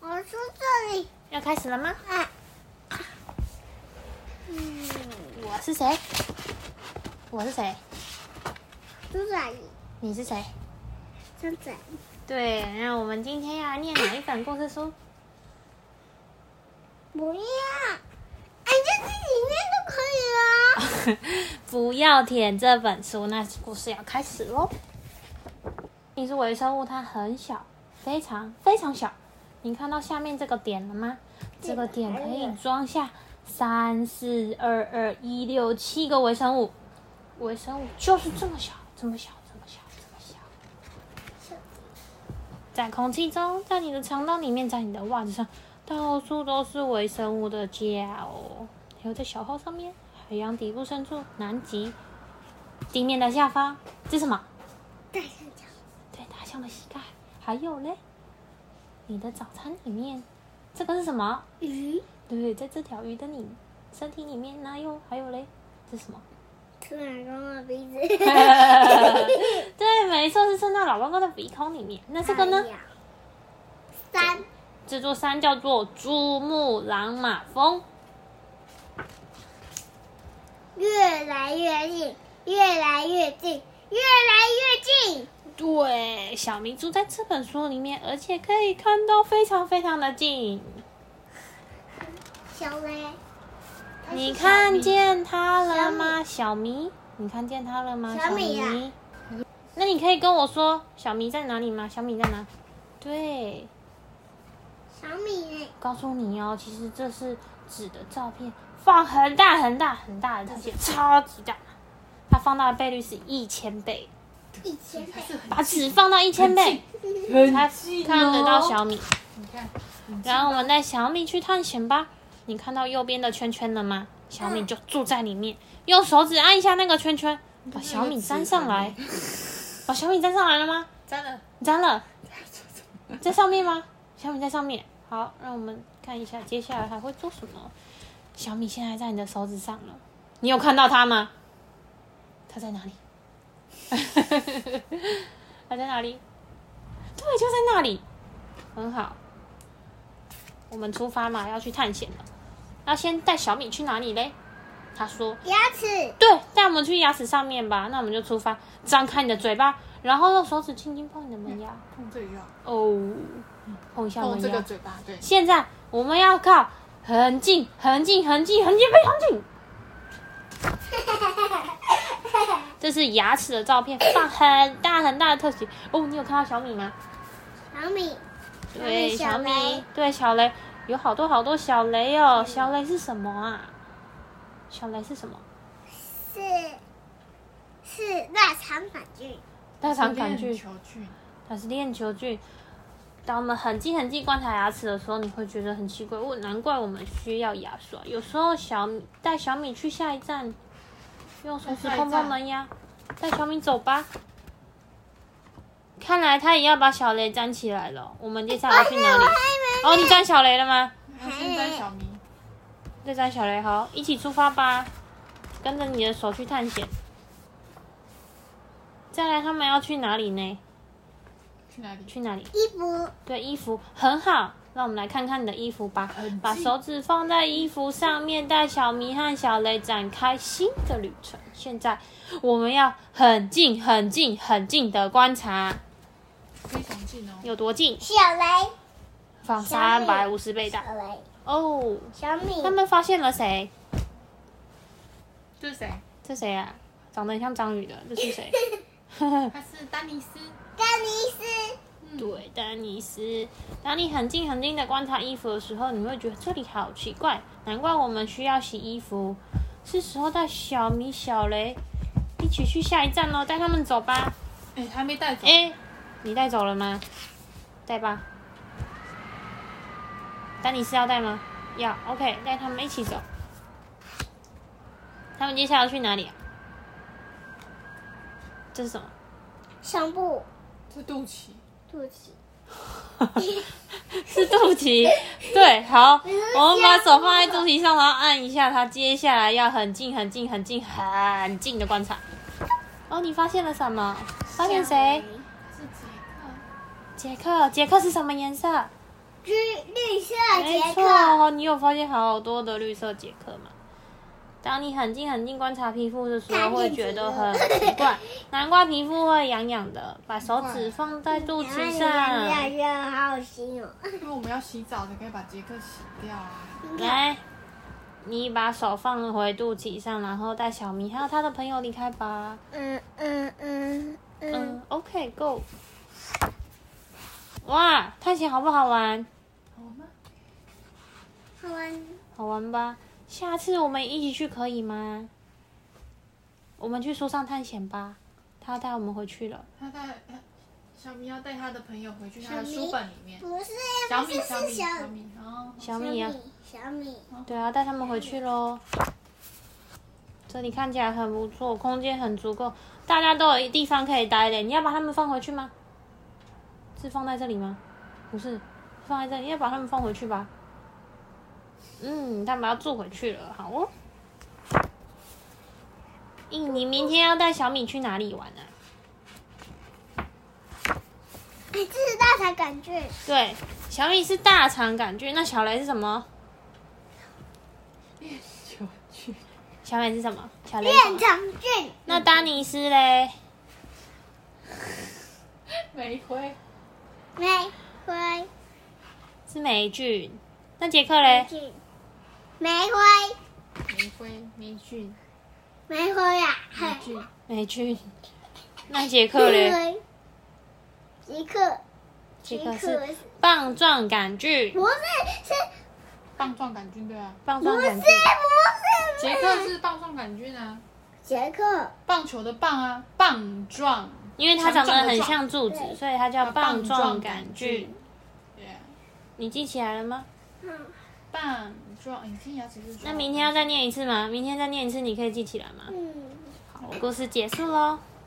我说这里，要开始了吗？啊，嗯，我是谁？我是谁？猪仔，你是谁？猪仔，对，那我们今天要念哪一本故事书？ 不要，哎，就自己念就可以了。不要舔这本书，那故事要开始喽。你是微生物，它很小，非常非常小。你看到下面这个点了吗？这个点可以装下三四二二一六七个微生物，微生物就是这么小，这么小，这么小，这么小。在空气中，在你的肠道里面，在你的袜子上，到处都是微生物的家哦。还有在小号上面，海洋底部深处，南极地面的下方，这是什么？大象讲，对，大象的膝盖。还有嘞，你的早餐里面，这个是什么？鱼，对，在这条鱼的你身体里面呢，又还有嘞，这是什么？ 突然中了鼻子。对，没错，是伸到老公公的鼻孔里面。 那这个呢？？三，这座山叫做珠穆朗玛峰。越来越近，越来越近，越来越近。对，小明住在这本书里面，而且可以看到非常非常的近。小雷，它是你小看明见它了吗，小明？你看见它了吗，小米啊呀明？那你可以跟我说小明在哪里吗？小米在哪？对，小米呢？告诉你哦，其实这是纸的照片，放很大很大很大的照片，超级大，它放大的倍率是一千倍，一千倍，把纸放到一千倍，才看得哦到小米。你看，然后我们带小米去探险吧。你看到右边的圈圈了吗？小米就住在里面，用手指按一下那个圈圈，把小米粘上来。嗯把小米粘上来了吗？真的，粘了，在上面吗？小米在上面。好，让我们看一下接下来还会做什么。小米现在在你的手指上了，你有看到它吗？它在哪里？ 它在哪里？对，就在那里。很好，我们出发嘛，要去探险了。要先带小米去哪里嘞？他说牙齿，对，带我们去牙齿上面吧。那我们就出发，张开你的嘴巴，然后用手指轻轻碰你的门牙。碰这个要，哦，碰一下碰门这牙。个嘴巴，对，现在我们要靠很近、很近、很近、很近，非常 近。这是牙齿的照片，放很大很大的特写。哦，你有看到小米吗？小米，对，小小米米，对，小雷，有好多好多小雷哦。小雷是什么啊？小雷是什么？是是大肠杆菌，大肠杆菌。球菌，它是链球菌。当我们很近很近观察牙齿的时候，你会觉得很奇怪，哦，难怪我们需要牙刷。有时候小米带小米去下一站，用手指碰碰门牙，带小米走吧。看来他也要把小雷粘起来了。我们接下来要去哪里？哦，你粘小雷了吗？要先沾小米，再粘小雷，好，一起出发吧，跟着你的手去探险。再来，他们要去哪里呢？去哪里？去哪里？衣服，对，衣服很好。让我们来看看你的衣服吧很近。把手指放在衣服上面，带小明和小雷展开新的旅程。现在我们要很近、很近、很近的观察，非常近哦，有多近？小雷，放小三米百五十倍大小雷，哦。小米，他们发现了谁？这是谁？这谁啊？长得很像章鱼的，这 是谁？他是丹尼斯，嗯丹尼斯，对，丹尼斯。当你很近很近的观察衣服的时候，你会觉得这里好奇怪，难怪我们需要洗衣服。是时候带小米、小雷一起去下一站喽，带他们走吧。哎，还没带走，哎，你带走了吗？带吧。丹尼斯要带吗？要，OK，带他们一起走。他们接下来要去哪里啊？这是什么？胸部，是肚脐，肚脐， 是肚脐，对，好，我们把手放在肚脐上，然后按一下它，接下来要很近、很近、很近、很近的观察。哦，你发现了什么？发现谁？是杰杰克，克，杰克是什么颜色？绿绿色没杰克，错，你有发现好多的绿色杰克吗？当你很近很近观察皮肤的时候，会觉得很奇怪，难怪皮肤会痒痒的。把手指放在肚然脐后上，哎你看好恶心哦。因为我们要洗澡才可以把杰克洗掉啊。来，你把手放回肚脐上，然后带小明还有他的朋友离开吧。嗯嗯嗯嗯嗯，OK，Go。哇，探险好不好玩？好吗？好玩。好玩吧？下次我们一起去可以吗？我们去树上探险吧，他带我们回去了。他带小米要带他的朋友回去他小的米书本里面。不是，小不米是小是米小小米哦，小米啊，小米，对啊，带他们回去喽。这里看起来很不错，空间很足够，大家都有地方可以待的。你要把他们放回去吗？是放在这里吗？不是，放在这里，要把他们放回去吧。嗯，他们要住回去了，好哦。咦，你明天要带小米去哪里玩啊？哎，这是大肠杆菌，对，小米是大肠杆菌，那小雷是什么？球去。小美是什么？小雷是什链么。肠菌，那丹尼斯嘞？ 玫瑰，玫瑰是霉菌。那杰克嘞？菌，玫瑰玫瑰，霉菌，玫瑰呀，霉菌，霉菌。那杰克嘞？玫瑰，一克杰克是棒状杆菌。不是是棒状杆菌对啊，棒不状是杆菌。啊不是杰克是棒状杆菌啊，杰克棒球的棒啊，棒状，因为它长得很强像柱子，对所以它叫啊啊棒棒状状杆杆菌菌。，yeah，你记起来了吗？嗯棒状，哎你今天牙齿是？那明天要再念一次吗？明天再念一次，你可以记起来吗？嗯。好，故事结束喽。